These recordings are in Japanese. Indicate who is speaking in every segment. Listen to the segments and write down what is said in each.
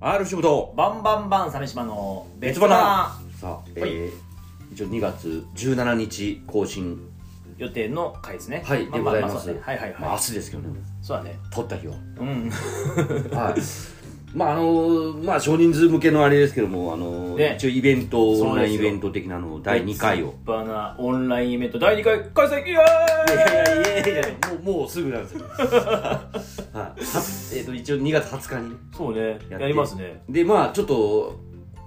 Speaker 1: R 仕事
Speaker 2: バンバンバン鮫島の
Speaker 1: 別
Speaker 2: 別
Speaker 1: 花
Speaker 2: 花
Speaker 1: さあ、え
Speaker 2: はい
Speaker 1: ー、一応2月17日更新
Speaker 2: 予定の回ですね
Speaker 1: はいでございま
Speaker 2: そう
Speaker 1: す
Speaker 2: だねはいはいはい、
Speaker 1: まあ明日ですけどね
Speaker 2: そうだね
Speaker 1: 撮った日は
Speaker 2: うん
Speaker 1: はい まああのーまあ少人数向けのあれですけどもあのー
Speaker 2: ね
Speaker 1: 一応イベント
Speaker 2: そうですよ
Speaker 1: オンラインイベント的なのを第2回を
Speaker 2: バナオンラインイベント第2回開催イエ
Speaker 1: いやい
Speaker 2: ーイ
Speaker 1: やいやいや もうもうすぐなんですよ はいはつえっと一応2月20日にね
Speaker 2: そうね
Speaker 1: や
Speaker 2: や
Speaker 1: って
Speaker 2: りますね
Speaker 1: でまあちょっと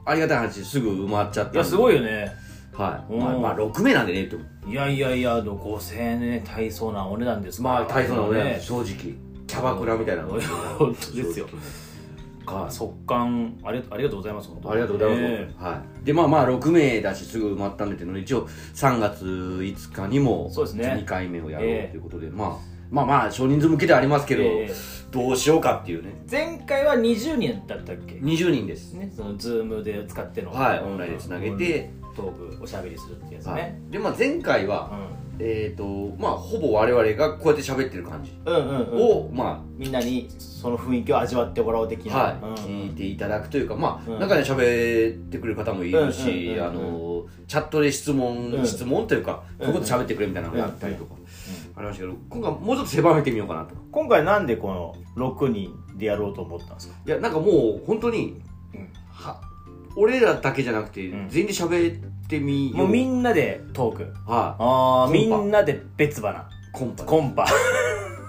Speaker 1: ありがたい話すぐ埋まっちゃったん
Speaker 2: い
Speaker 1: で
Speaker 2: やすごいよね
Speaker 1: はい
Speaker 2: うん
Speaker 1: まあ、まあ、6名なんでねと
Speaker 2: いやいやいやど5000円でね大層なお値段ですから
Speaker 1: まあ大層なのね正直キャバクラみたいなの
Speaker 2: 本当ですよ
Speaker 1: はい
Speaker 2: 速乾ありありがとうございます本当
Speaker 1: ありがとうございます、
Speaker 2: え
Speaker 1: はい、でまあまあ6名だしすぐ埋まったんでっていうので一応3月5日にも
Speaker 2: そうですね
Speaker 1: 2回目をやろう
Speaker 2: ええ
Speaker 1: ということで、まあまあまあ少人数向けではありますけど、
Speaker 2: ええ
Speaker 1: どうしようかっていうね
Speaker 2: え前回は20人だったっけ
Speaker 1: 20人です、
Speaker 2: ね、そのズームで使っての、
Speaker 1: はいオンラインでつなげて、
Speaker 2: トークおしゃべりするってやつ
Speaker 1: はい
Speaker 2: ね、、
Speaker 1: でまあ前回は、えっ、とまあほぼ我々がこうやって喋ってる感じ
Speaker 2: うん、うんうんうん
Speaker 1: を、ま
Speaker 2: みんなにその雰囲気を味わってもらおう的
Speaker 1: あ
Speaker 2: な、
Speaker 1: はい、
Speaker 2: うん
Speaker 1: 聞いていただくというかまあ、
Speaker 2: うん
Speaker 1: 中で喋ってくれる方もいるし、
Speaker 2: うんうんうんうん
Speaker 1: あのチャットで質問、
Speaker 2: うん
Speaker 1: 質問というか、
Speaker 2: う
Speaker 1: こ
Speaker 2: ん
Speaker 1: ういうこと喋ってくれみたいなのがあったりとか、ありましたけど今回もうちょっと狭めてみようかなと
Speaker 2: 今回なんでこの6人でやろうと思ったんですか
Speaker 1: いやなんかもう本当に、
Speaker 2: うん
Speaker 1: は俺らだけじゃなくて、
Speaker 2: うん
Speaker 1: 全員で喋ってみよう
Speaker 2: もうみんなでトーク
Speaker 1: は
Speaker 2: ああみ
Speaker 1: コンパ
Speaker 2: んなで別花
Speaker 1: いコンパ
Speaker 2: コンパ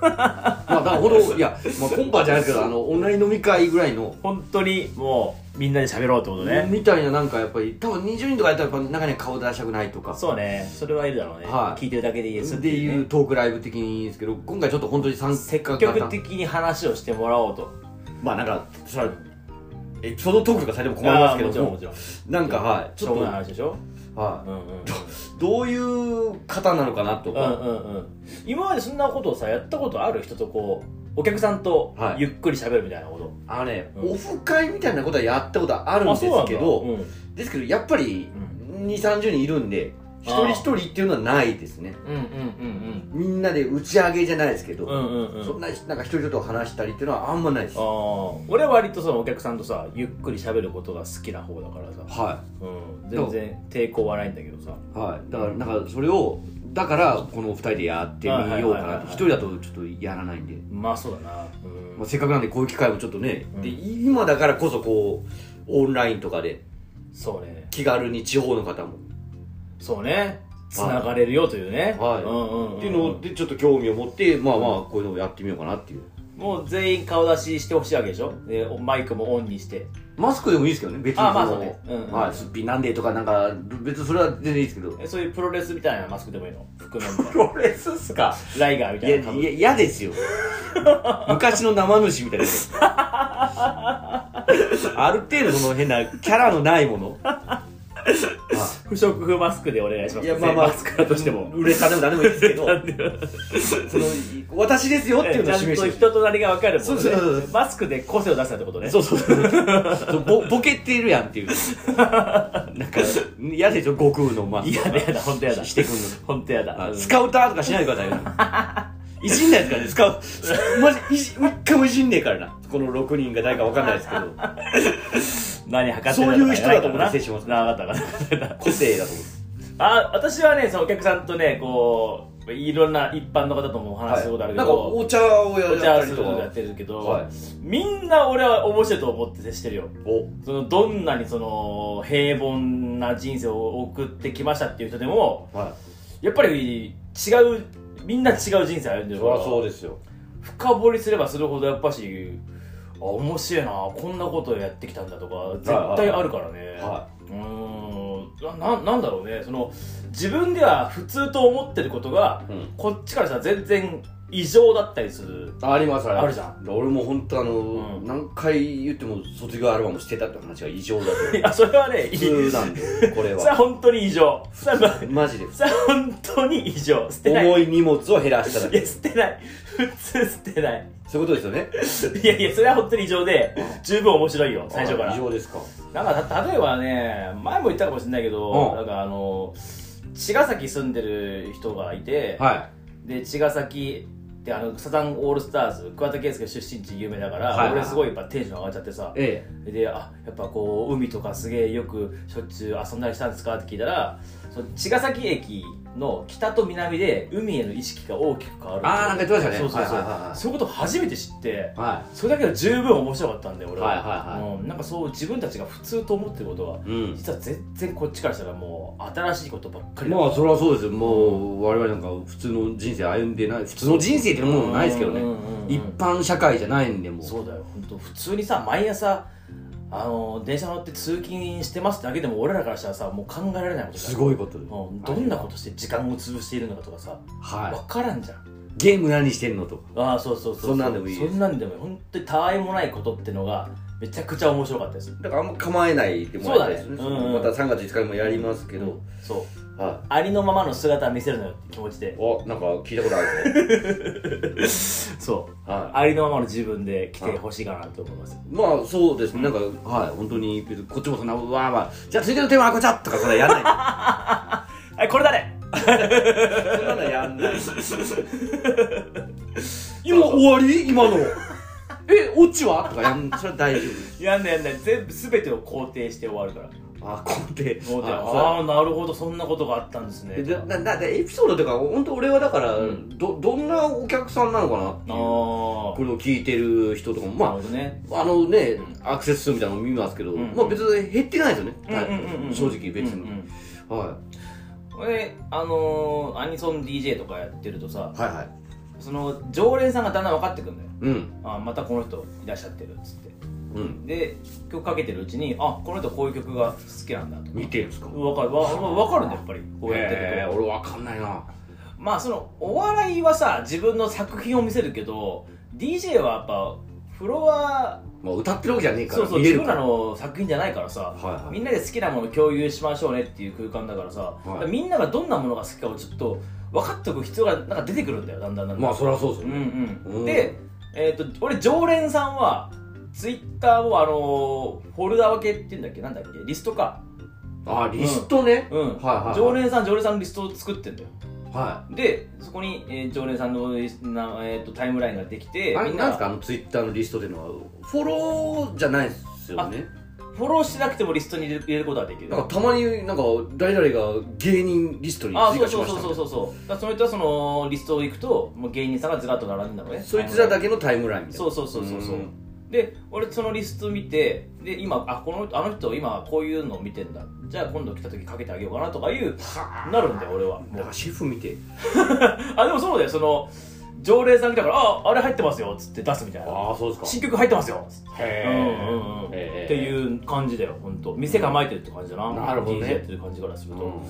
Speaker 1: まあだからほ どいや、まあ、コンパじゃないですけどあのオンライン飲み会ぐらいの、
Speaker 2: 本当にもうみんなで喋ろうってことね、
Speaker 1: みたいななんかやっぱり多分20人とかやったらやっぱ中には顔出したくないとか
Speaker 2: そうねそれはいるだろうね、
Speaker 1: はい
Speaker 2: 聞いてるだけでいいです
Speaker 1: っ
Speaker 2: ってて
Speaker 1: い
Speaker 2: いううね
Speaker 1: トークライブ的にですけど今回ちょっと本当に参
Speaker 2: 積極的に話をしてもらおうと
Speaker 1: まあなんかそれはエピソードトークとかされても困りますけ
Speaker 2: あーもちろんも
Speaker 1: ど
Speaker 2: ちろん
Speaker 1: なんかはい
Speaker 2: し
Speaker 1: ち
Speaker 2: ょ
Speaker 1: ょ
Speaker 2: う
Speaker 1: っ
Speaker 2: も
Speaker 1: と
Speaker 2: ない話でしょ
Speaker 1: は
Speaker 2: うんうん
Speaker 1: いどういう方なのかなと
Speaker 2: う
Speaker 1: か、
Speaker 2: んうんうん今までそんなことをさやったことある人とこうお客さんと
Speaker 1: はい
Speaker 2: ゆっくり喋るみたいなこと、
Speaker 1: あのね、
Speaker 2: うん
Speaker 1: オフ会みたいなことはやったことはあるんですけど、
Speaker 2: うんうん
Speaker 1: ですけどやっぱり2 3 0人いるんで一
Speaker 2: あ
Speaker 1: 人
Speaker 2: ー
Speaker 1: 一人っていうのはないですね
Speaker 2: うん
Speaker 1: み
Speaker 2: うん
Speaker 1: んなで打ち上げじゃないですけど、
Speaker 2: うんうんうんう
Speaker 1: そ
Speaker 2: ん
Speaker 1: んななんか一人と話したりっていうのはあんまないです
Speaker 2: ああ俺は割とそのお客さんとさゆっくり喋ることが好きな方だからさ、
Speaker 1: は
Speaker 2: うん、全然抵抗はないんだけどさ
Speaker 1: い、はい、だからなんかそれをだからこの2人でやってみようか
Speaker 2: はいはいはい
Speaker 1: な
Speaker 2: はい
Speaker 1: 一人だとちょっとやらないんで、
Speaker 2: まあそうだな、うん
Speaker 1: まあ、せっかくなんでこういう機会もちょっとね、
Speaker 2: うん
Speaker 1: で今だからこそこうオンラインとかで
Speaker 2: そうね
Speaker 1: 気軽に地方の方も、
Speaker 2: そうねつながれるよというね、
Speaker 1: はい
Speaker 2: うんうんん
Speaker 1: っていうのでちょっと興味を持ってまあまあこういうのをやってみようかなっていう
Speaker 2: もう全員顔出ししてほしいわけでしょでマイクもオンにして
Speaker 1: マスクでもいいですけどね別に
Speaker 2: あまあ
Speaker 1: その
Speaker 2: そうねうんうん
Speaker 1: はいすっぴんなんでとかなんか別にそれは全然いいですけ ど
Speaker 2: えそういうプロレスみたいなマスクでもいいの 覆面みたいな
Speaker 1: ロレスっすか
Speaker 2: ライガーみ
Speaker 1: い
Speaker 2: た
Speaker 1: や
Speaker 2: いない
Speaker 1: や嫌 ですよ昔の生主みたいなある程度その変なキャラのないもの
Speaker 2: 不織布マスクでお願いします
Speaker 1: いやまあまあ
Speaker 2: マスカラとしても
Speaker 1: 売れたでも誰でもいいですけど
Speaker 2: なんでよ
Speaker 1: その私ですよっていう
Speaker 2: ち
Speaker 1: のを
Speaker 2: ゃん
Speaker 1: 示
Speaker 2: と
Speaker 1: して
Speaker 2: 人となりが分かるも
Speaker 1: そう
Speaker 2: んね
Speaker 1: そうそうそう
Speaker 2: マスクで個性を出したってことね
Speaker 1: そうそうそうぼボケてるやんっていうなんか嫌でしょ悟空のマスク
Speaker 2: いやだやだ本当やだ
Speaker 1: してくんの
Speaker 2: 本当やだ
Speaker 1: あ
Speaker 2: うん
Speaker 1: スカウターとかしないでくださいよいじんないですからねスカウマジいじ一回もいじんねえからなこの6人が誰か分かんないですけど
Speaker 2: 何測って
Speaker 1: そういう人だと思って失
Speaker 2: 失
Speaker 1: 礼します
Speaker 2: なかったかな分かった
Speaker 1: 個性だと思う
Speaker 2: あ私はねそのお客さんとねこういろんな一般の方ともお話しすることあるけ
Speaker 1: なんか
Speaker 2: ど、
Speaker 1: お茶をや
Speaker 2: お茶
Speaker 1: やった
Speaker 2: す
Speaker 1: り
Speaker 2: る
Speaker 1: と
Speaker 2: のや
Speaker 1: か
Speaker 2: ってるけど、
Speaker 1: はい
Speaker 2: みんな俺は面白いと思って接してるよ
Speaker 1: お
Speaker 2: そのどんなにその平凡な人生を送ってきましたっていう人でも
Speaker 1: はい
Speaker 2: やっぱり違うみんな違う人生歩んでる
Speaker 1: そ
Speaker 2: か
Speaker 1: り
Speaker 2: ら
Speaker 1: ゃそうですよ
Speaker 2: 深掘りすればするほどやっぱしあ面白いなこんなことやってきたんだとか絶対あるからね、
Speaker 1: は
Speaker 2: うーんなななんだろうねその自分では普通と思ってることが、
Speaker 1: うん
Speaker 2: こっちからしたら全然異常だったりする
Speaker 1: ありますあ
Speaker 2: あるじゃ
Speaker 1: ん俺も本当あの、
Speaker 2: ん
Speaker 1: 何回言っても卒業アルバムしてたって話が異常だと
Speaker 2: いやそれはねいい
Speaker 1: 普通なんでこれ
Speaker 2: それ は
Speaker 1: は
Speaker 2: 本当に異常それは
Speaker 1: マジで
Speaker 2: それは本当に異常捨てない
Speaker 1: 重い荷物を減らしただ
Speaker 2: いや
Speaker 1: け
Speaker 2: 捨てない普通捨てない
Speaker 1: そういうことですよね
Speaker 2: いやいやそれは本当に異常で十分面白いよ最初から
Speaker 1: あ異常ですか
Speaker 2: なんかた例えばね前も言ったかもしれないけど、
Speaker 1: うん
Speaker 2: なんかあの茅ヶ崎住んでる人がいて、
Speaker 1: は
Speaker 2: で茅ヶ崎ってあのサザンオールスターズ桑田佳祐出身地有名だから、
Speaker 1: はいはい
Speaker 2: 俺すごいやっぱテンション上がっちゃってさ
Speaker 1: ええ
Speaker 2: であやっぱこう海とかすげえよくしょっちゅう遊んだりしたんですかって聞いたらその茅ヶ崎駅の北と南で海への意識が大きく変わる
Speaker 1: ああなんか言ってましたね
Speaker 2: そうそうそ
Speaker 1: はい
Speaker 2: う、
Speaker 1: はいはいはい
Speaker 2: そういうこと初めて知って
Speaker 1: は
Speaker 2: それだけで十分面白かったんだよ
Speaker 1: い
Speaker 2: 俺は、
Speaker 1: はいはいは
Speaker 2: うん、なんかそう自分たちが普通と思ってることが
Speaker 1: いうん
Speaker 2: 実は全然こっちからしたらもう新しいことばっかりだ
Speaker 1: まあそれはそうですよもう我々なんか普通の人生歩んでない普通の人生ってものもないですけどね
Speaker 2: うんうんうんうん
Speaker 1: 一般社会じゃないんでもう
Speaker 2: そうだよ本当普通にさ毎朝あの電車乗って通勤してますってだけでも俺らからしたらさもう考えられないこと
Speaker 1: す
Speaker 2: い、
Speaker 1: ごいことで
Speaker 2: うん、どんなことして時間を潰しているのかとかさ
Speaker 1: はい
Speaker 2: 分からんじゃん
Speaker 1: ゲーム何してんのとか
Speaker 2: ああそうそうそう
Speaker 1: そんなんでもいいです
Speaker 2: そんなんでもいい本当にたわいもないことってのがめちゃくちゃ面白かったです
Speaker 1: だからあんま構えないで
Speaker 2: もらいたいですねそうだねうんうんま
Speaker 1: 3月5日にもやりますけど
Speaker 2: そう
Speaker 1: は
Speaker 2: ありのままの姿見せるのよって気持ちで
Speaker 1: いおなんか聞いたことあるね
Speaker 2: そ う
Speaker 1: はい
Speaker 2: ありのままの自分で来てほしいかなと思います
Speaker 1: まあそうですね、なんか、はい、本当に、別にこっちもそんな、わあまあ、じゃあ続いてのテーマはこちらとか、そんなやんな
Speaker 2: はいこれだね
Speaker 1: い。そんなのやんない。 今終わり今 の。え、オチはとかやん、それは大丈
Speaker 2: やんないやんない全部全てを肯定して終わるから
Speaker 1: 夫。あ、肯定。
Speaker 2: もうで
Speaker 1: あ
Speaker 2: ああなるほどそんなことがあったんですね
Speaker 1: でななでエピソードとか、本当俺はだから、ど、どんなお客さんなのかなって
Speaker 2: あ
Speaker 1: いう。
Speaker 2: あ
Speaker 1: これを聞いてる人とかも、
Speaker 2: なる
Speaker 1: ま
Speaker 2: ほどね
Speaker 1: あ、あのね、アクセス数みたいなのも見ますけど、
Speaker 2: んうん
Speaker 1: まあ別に減ってないですよね。
Speaker 2: うんうんうんうん
Speaker 1: 正直、別に。
Speaker 2: うんうん
Speaker 1: は
Speaker 2: 俺あのーアニソン DJ とかやってるとさ
Speaker 1: い。はいはい。
Speaker 2: その常連さんがだんだん分かってくんだよ
Speaker 1: うん。
Speaker 2: あまたこの人いらっしゃってるっつって
Speaker 1: うん。
Speaker 2: で曲かけてるうちにあこの人こういう曲が好きなんだと
Speaker 1: 見てるんですか
Speaker 2: 分かるわわ分かるんだやっぱりこうやってる
Speaker 1: え
Speaker 2: と
Speaker 1: ー、俺わかんないな
Speaker 2: まあそのお笑いはさ自分の作品を見せるけど DJ はやっぱフロア
Speaker 1: もう歌ってるわけじゃねえから
Speaker 2: そうそう
Speaker 1: 見れ
Speaker 2: 自
Speaker 1: る
Speaker 2: 分
Speaker 1: からら
Speaker 2: の作品じゃないからさ、
Speaker 1: はいはい
Speaker 2: みんなで好きなものを共有しましょうねっていう空間だからさ、
Speaker 1: い
Speaker 2: だからみんながどんなものが好きかをちょっと分かっておく必要がなんか出てくるんだよだんだんだんだん、
Speaker 1: まあそりゃそうです
Speaker 2: う
Speaker 1: よ
Speaker 2: ん
Speaker 1: ね、
Speaker 2: うん
Speaker 1: うん
Speaker 2: で、えー、と俺常連さんはツイッターをあのーフォルダ分けっていうんだっけなんだっけリストか
Speaker 1: あリストね、
Speaker 2: う
Speaker 1: はい
Speaker 2: ん、
Speaker 1: はいはい
Speaker 2: 常連さん常連さんのリストを作ってんだよ
Speaker 1: は
Speaker 2: でそこに、えー常連さんのな、えー、とタイムラインができて
Speaker 1: いあれ
Speaker 2: みん
Speaker 1: なん
Speaker 2: な
Speaker 1: ですかあのツイッターのリストっていうのはフォローじゃないですよね
Speaker 2: フォローしてなくてもリストに入れ入れることはできる
Speaker 1: なんかたまになんか誰々が芸人リストに
Speaker 2: あ
Speaker 1: 追
Speaker 2: そ
Speaker 1: 加
Speaker 2: う
Speaker 1: し
Speaker 2: そう
Speaker 1: まし
Speaker 2: そ
Speaker 1: た
Speaker 2: う
Speaker 1: みた
Speaker 2: そ
Speaker 1: いうな
Speaker 2: そうそうだからその人はそのリストを行くともう芸人さんがずらっと並んだのね
Speaker 1: そいつらだけのタイムラインみたい
Speaker 2: そ
Speaker 1: な
Speaker 2: うそうそうそうそううんで俺そのリスト見てで今あこの人あの人今こういうのを見てんだじゃあ今度来た時かけてあげようかなとかいうなるんだよ俺はも
Speaker 1: だか
Speaker 2: う
Speaker 1: らシェフ見て
Speaker 2: あでもそうだよその常連さん来たからああれ入ってますよっつって出すみたいな
Speaker 1: ああそうです
Speaker 2: 新曲入ってますよ
Speaker 1: かへ
Speaker 2: うんうんうんっ
Speaker 1: え
Speaker 2: ていう感じだよ本当店構えてるって感じだな、
Speaker 1: なるほどね
Speaker 2: DJ やってる感じからする
Speaker 1: う
Speaker 2: と、
Speaker 1: ん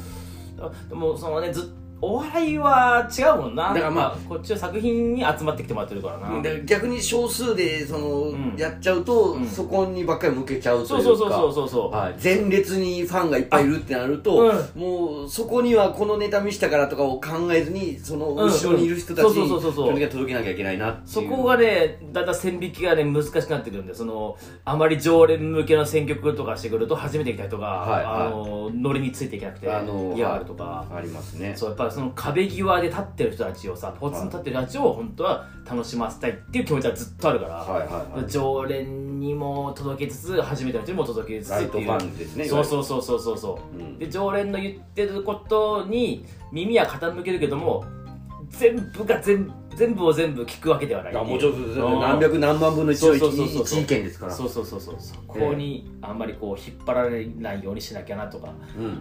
Speaker 2: あでもそのねずっお笑いは違うもんな
Speaker 1: だからまあ
Speaker 2: こっちは作品に集まってきてもらってるからな
Speaker 1: で逆に少数でその、
Speaker 2: ん
Speaker 1: やっちゃうと、
Speaker 2: うん
Speaker 1: そこにばっかり向けちゃうと
Speaker 2: そ
Speaker 1: いううか
Speaker 2: そうそうそうそうそう
Speaker 1: はい、前列にファンがいっぱいいるってなると、
Speaker 2: あ
Speaker 1: もうそこにはこのネタ見したからとかを考えずにその
Speaker 2: うん
Speaker 1: 後ろにいる人たち
Speaker 2: そう
Speaker 1: に
Speaker 2: そうそうそう
Speaker 1: 距離が届けなきゃいけないなっていう
Speaker 2: そこがねだんだん線引きがね難しくなってくるんでそのあまり常連向けの選曲とかしてくると初めて来た人が、
Speaker 1: はいはい
Speaker 2: あのノリについていけなくて
Speaker 1: あの
Speaker 2: 嫌がるとか、
Speaker 1: ありますね
Speaker 2: そうやっぱりその壁際で立ってる人たちをさポツンと立ってる人たちを本当は楽しませたいっていう気持ちはずっとあるから、
Speaker 1: はいはいはい
Speaker 2: 常連にも届けつつ初めての人にも届けつつ
Speaker 1: ライ
Speaker 2: って
Speaker 1: ト
Speaker 2: い
Speaker 1: フ
Speaker 2: う
Speaker 1: ァンですね、
Speaker 2: そうそうそうそうそうそう
Speaker 1: ん
Speaker 2: うで常連の言ってることに耳は傾けるけども全部が全全部を全部聞くわけではない
Speaker 1: いやもうちょっと
Speaker 2: うん
Speaker 1: 何百何万分の一の一
Speaker 2: そうそうそうそう
Speaker 1: 一意見ですから
Speaker 2: そうそうそうそうそこにあんまりこう引っ張られないようにしなきゃなとか、
Speaker 1: うん
Speaker 2: うん、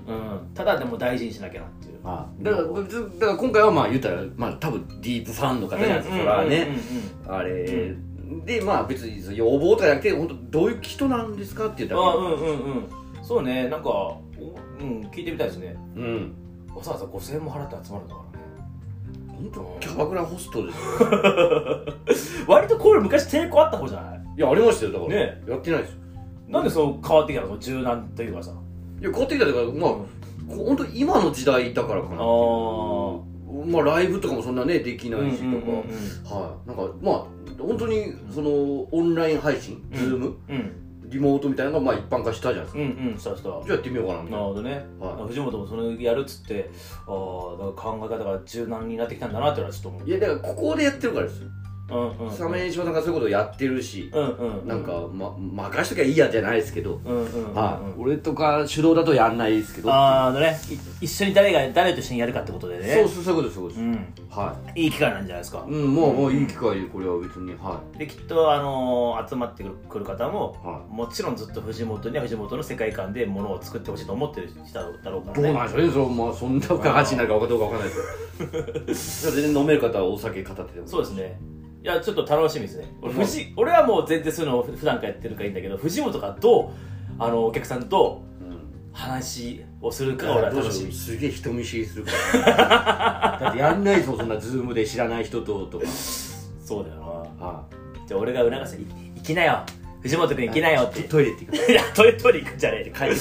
Speaker 2: ただでも大事にしなきゃなっていう
Speaker 1: あだから別だから今回はまあ言ったら、まあ、多分ディープファンの方じゃないですか、それはね、あれ、
Speaker 2: う
Speaker 1: でまあ別にその要望とかじゃなくて本当どういう人なんですかっていうだけ
Speaker 2: あうんうんうんそうねなんか、おうん、聞いてみたいですね
Speaker 1: うん
Speaker 2: わざわざ5000円も払って集まるんだからね
Speaker 1: 本当キャバクラホストですよ
Speaker 2: 割とこういうの昔抵抗あった方じゃない
Speaker 1: いやありましたよだから、
Speaker 2: ね
Speaker 1: やってないですよ
Speaker 2: なんでそう変わってきたの柔軟というかさ
Speaker 1: いや変わってきたというかまあこ本当今の時代だからかな
Speaker 2: あー
Speaker 1: まあライブとかもそんなねできないしとか、
Speaker 2: うんうん
Speaker 1: はいなんかまあ本当にそのオンライン配信、
Speaker 2: うん
Speaker 1: Zoom
Speaker 2: うんうん
Speaker 1: リモートみたいなのがまあ一般化したじゃないですか、
Speaker 2: うんうんしたした
Speaker 1: じゃあやってみようかなみた
Speaker 2: ないる
Speaker 1: な
Speaker 2: ほどね、
Speaker 1: は
Speaker 2: 藤本もそれやるっつってああだから考え方が柔軟になってきたんだなってのはちょっと思う
Speaker 1: いやだからここでやってるからですよ
Speaker 2: うんうん
Speaker 1: 鮫島さんがそういうことをやってるし、
Speaker 2: うんうん
Speaker 1: なんか、ま、任しときゃいいやじゃないですけど、
Speaker 2: うんうんうんうん
Speaker 1: はい、俺とか手動だとやんないですけど
Speaker 2: あーあのねい一緒に誰が誰と一緒にやるかってことでね
Speaker 1: そうそうそういうことですそういうことです、
Speaker 2: ん
Speaker 1: はい
Speaker 2: いい機会なんじゃないですか、
Speaker 1: うん、もうもういい機会でこれは別には
Speaker 2: できっと、あのー集まってくる方も、
Speaker 1: は
Speaker 2: もちろんずっと藤本には藤本の世界観でものを作ってほしいと思ってる人だろうか
Speaker 1: いどう
Speaker 2: らね
Speaker 1: なんでしょうねそのまあそんな価値になるかどうかわかんないですけど全然飲める方はお酒片手でも
Speaker 2: そうですねいやちょっと楽しみですね俺
Speaker 1: うん
Speaker 2: 藤俺はもう全然そういうのを普段からやってるからいいんだけど藤本がどうあのお客さんと
Speaker 1: うん
Speaker 2: 話をするか
Speaker 1: だ
Speaker 2: 俺
Speaker 1: か
Speaker 2: は
Speaker 1: らどう
Speaker 2: 楽
Speaker 1: し
Speaker 2: し
Speaker 1: よう
Speaker 2: み
Speaker 1: すげえ人見知りするから だってやんないですもんそんなズームで知らない人ととか
Speaker 2: そうだよ
Speaker 1: は
Speaker 2: なじゃあ俺が促してい「行きなよ藤本君行きなよ」っ
Speaker 1: い
Speaker 2: て
Speaker 1: トイレ行ってくる
Speaker 2: いやトイレトイレ行くんじゃねえ よ
Speaker 1: 帰ってこ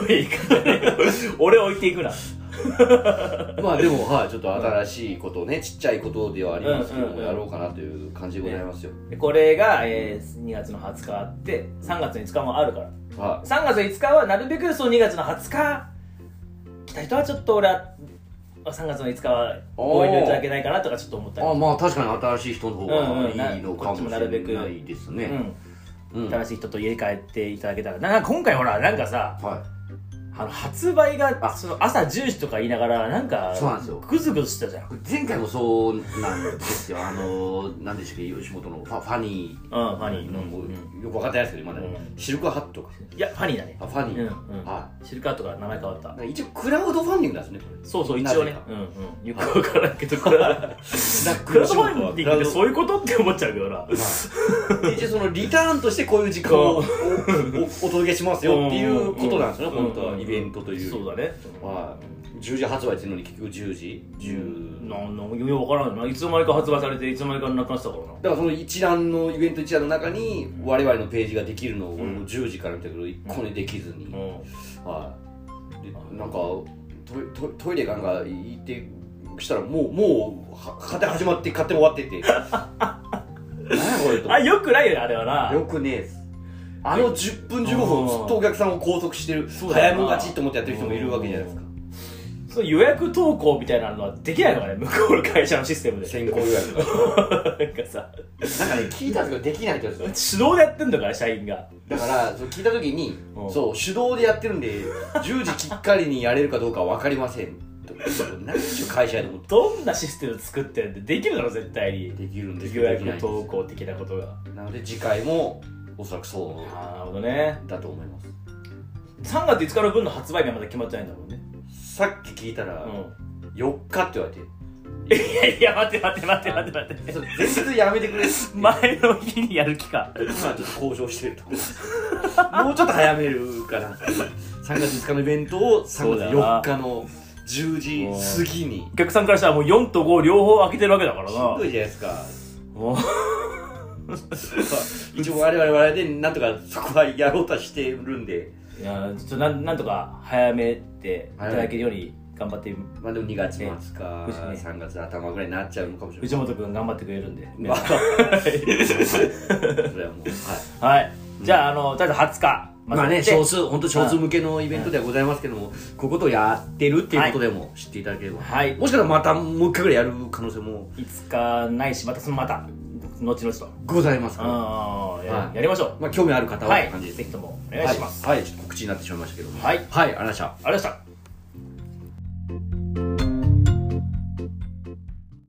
Speaker 2: トイレ行くんじゃねえよ俺置いていくな
Speaker 1: ない まあでもはいちょっと新しいことをねちっちゃいことではありますけど
Speaker 2: うんうん
Speaker 1: も
Speaker 2: うん
Speaker 1: やろうかなという感じでございますよ
Speaker 2: でこれが、えー2月の20日あって3月の5日もあるから
Speaker 1: は
Speaker 2: 3月の5日はなるべくその2月の20日来た人はちょっと俺は3月の5日はご遠慮いただけないかなとかちょっと思っ
Speaker 1: い
Speaker 2: たり
Speaker 1: あまあ確かに新しい人の方
Speaker 2: うんうん
Speaker 1: がいいのかもし
Speaker 2: こっちもなるべく
Speaker 1: れないです
Speaker 2: う
Speaker 1: ね
Speaker 2: ん
Speaker 1: うんは
Speaker 2: 新しい人と家帰っていただけたらなんか今回ほらなんかさ
Speaker 1: い
Speaker 2: あの発売が
Speaker 1: あ
Speaker 2: その朝10時とか言いながらなんか
Speaker 1: そうなんですよ
Speaker 2: グズグズしたじゃん
Speaker 1: 前回もそうなんですよ、あのなんでしたっけ、吉本のファファニ
Speaker 2: うんファ
Speaker 1: ー
Speaker 2: ニー
Speaker 1: の、
Speaker 2: うん
Speaker 1: よく分かってないですけど、今ね、
Speaker 2: うん
Speaker 1: シルクハットか、
Speaker 2: いやファニーだね
Speaker 1: あファニー、
Speaker 2: うんうん
Speaker 1: は
Speaker 2: シルカートが名前変わった
Speaker 1: い、なんか一応、クラウドファンディングなんですね、
Speaker 2: そうそう一
Speaker 1: な
Speaker 2: 応ね
Speaker 1: ぜか
Speaker 2: うんうんよくわからん けどこれは
Speaker 1: ク
Speaker 2: クラウドファンディングって
Speaker 1: う
Speaker 2: そういうことって思っちゃうけどな
Speaker 1: 一応、そのリターンとしてこういう時間をおおお 届けしますよっていうことなんですよね、本当は、イベントという。
Speaker 2: そうだね
Speaker 1: はい10時発売っていうのに結局10時10
Speaker 2: なんなんよくわからんよないつの間にか発売されていつの間にかなくなってたからな
Speaker 1: だからその一覧のイベント一覧の中に我々のページができるのを俺も10時から見たけど一個にできずに、
Speaker 2: う
Speaker 1: はい、でなんかトイトイトイレがなんか行ってしたらもうもうは勝手に始まって勝手に終わって て何やこれと
Speaker 2: んあよくないよねあれはな
Speaker 1: よくねえっすあの10分15分ずっとお客さんを拘束してる
Speaker 2: そうだよ
Speaker 1: 早
Speaker 2: な
Speaker 1: もがちと思ってやってる人もいるわけじゃないですか
Speaker 2: その予約投稿みたいなのはできないのかね向こうの会社のシステムで
Speaker 1: 先行予約とか
Speaker 2: なんかさ
Speaker 1: なんかね聞いたんですけどできないって言うんですよ
Speaker 2: 手動でやってんのかな社員が
Speaker 1: だからそう聞いた時に
Speaker 2: うん
Speaker 1: そう手動でやってるんで10時きっかりにやれるかどうかは分かりませんと何でしょう会社やと思って
Speaker 2: どんなシステム作ってるんでできるだろ絶対に
Speaker 1: できるんですけ
Speaker 2: 予
Speaker 1: どできないん
Speaker 2: 約
Speaker 1: です
Speaker 2: 投稿的なことが
Speaker 1: なので次回もおそらくそ
Speaker 2: あーなるほどね
Speaker 1: うだと思います
Speaker 2: 3月5日の分の発売日はまだ決まってないんだもんね
Speaker 1: さっき聞いたら
Speaker 2: う
Speaker 1: 4日って言われて
Speaker 2: んいやいや待って待って待って待って待って
Speaker 1: それ前日やめてくれって
Speaker 2: 前の日にやる気か
Speaker 1: 今ちょっと交渉してるとこもうちょっと早めるかな3月5日のイベントを3月
Speaker 2: そうだよ
Speaker 1: 4
Speaker 2: な
Speaker 1: 日の10時過ぎに
Speaker 2: お客さんからしたらもう4と5両方開けてるわけだから
Speaker 1: しん
Speaker 2: な
Speaker 1: どいじゃないですか
Speaker 2: もう
Speaker 1: 一応我々我々でなんとかそこはやろうとはしてるんで
Speaker 2: いやちょっとなんなんとか早めていただけるように頑張って
Speaker 1: まあでも2月末か
Speaker 2: ええ
Speaker 1: 3月頭ぐらいになっちゃうのかもしれない
Speaker 2: 藤本君頑張ってくれる んで、
Speaker 1: まあそれはもうはい
Speaker 2: はいじゃああのとりあえず20日
Speaker 1: まあね、
Speaker 2: そ
Speaker 1: 少
Speaker 2: う
Speaker 1: 数、本当少数向けのイベントではございますけども、こういうことをやってるっていうことでも知っていただければ。
Speaker 2: はい
Speaker 1: もしかしたらまたもう一回ぐらいやる可能性も
Speaker 2: 5日ないしまたそのまた後々と
Speaker 1: ございますから、
Speaker 2: ああ、や
Speaker 1: はい
Speaker 2: やりましょう
Speaker 1: まあ興味ある方は
Speaker 2: は
Speaker 1: って
Speaker 2: い
Speaker 1: 感じです。
Speaker 2: ぜひともお願いします
Speaker 1: はい、はいちょっと告知になってしまいましたけども。
Speaker 2: はい、あり
Speaker 1: はい、ありがとうございました。
Speaker 2: がとうございました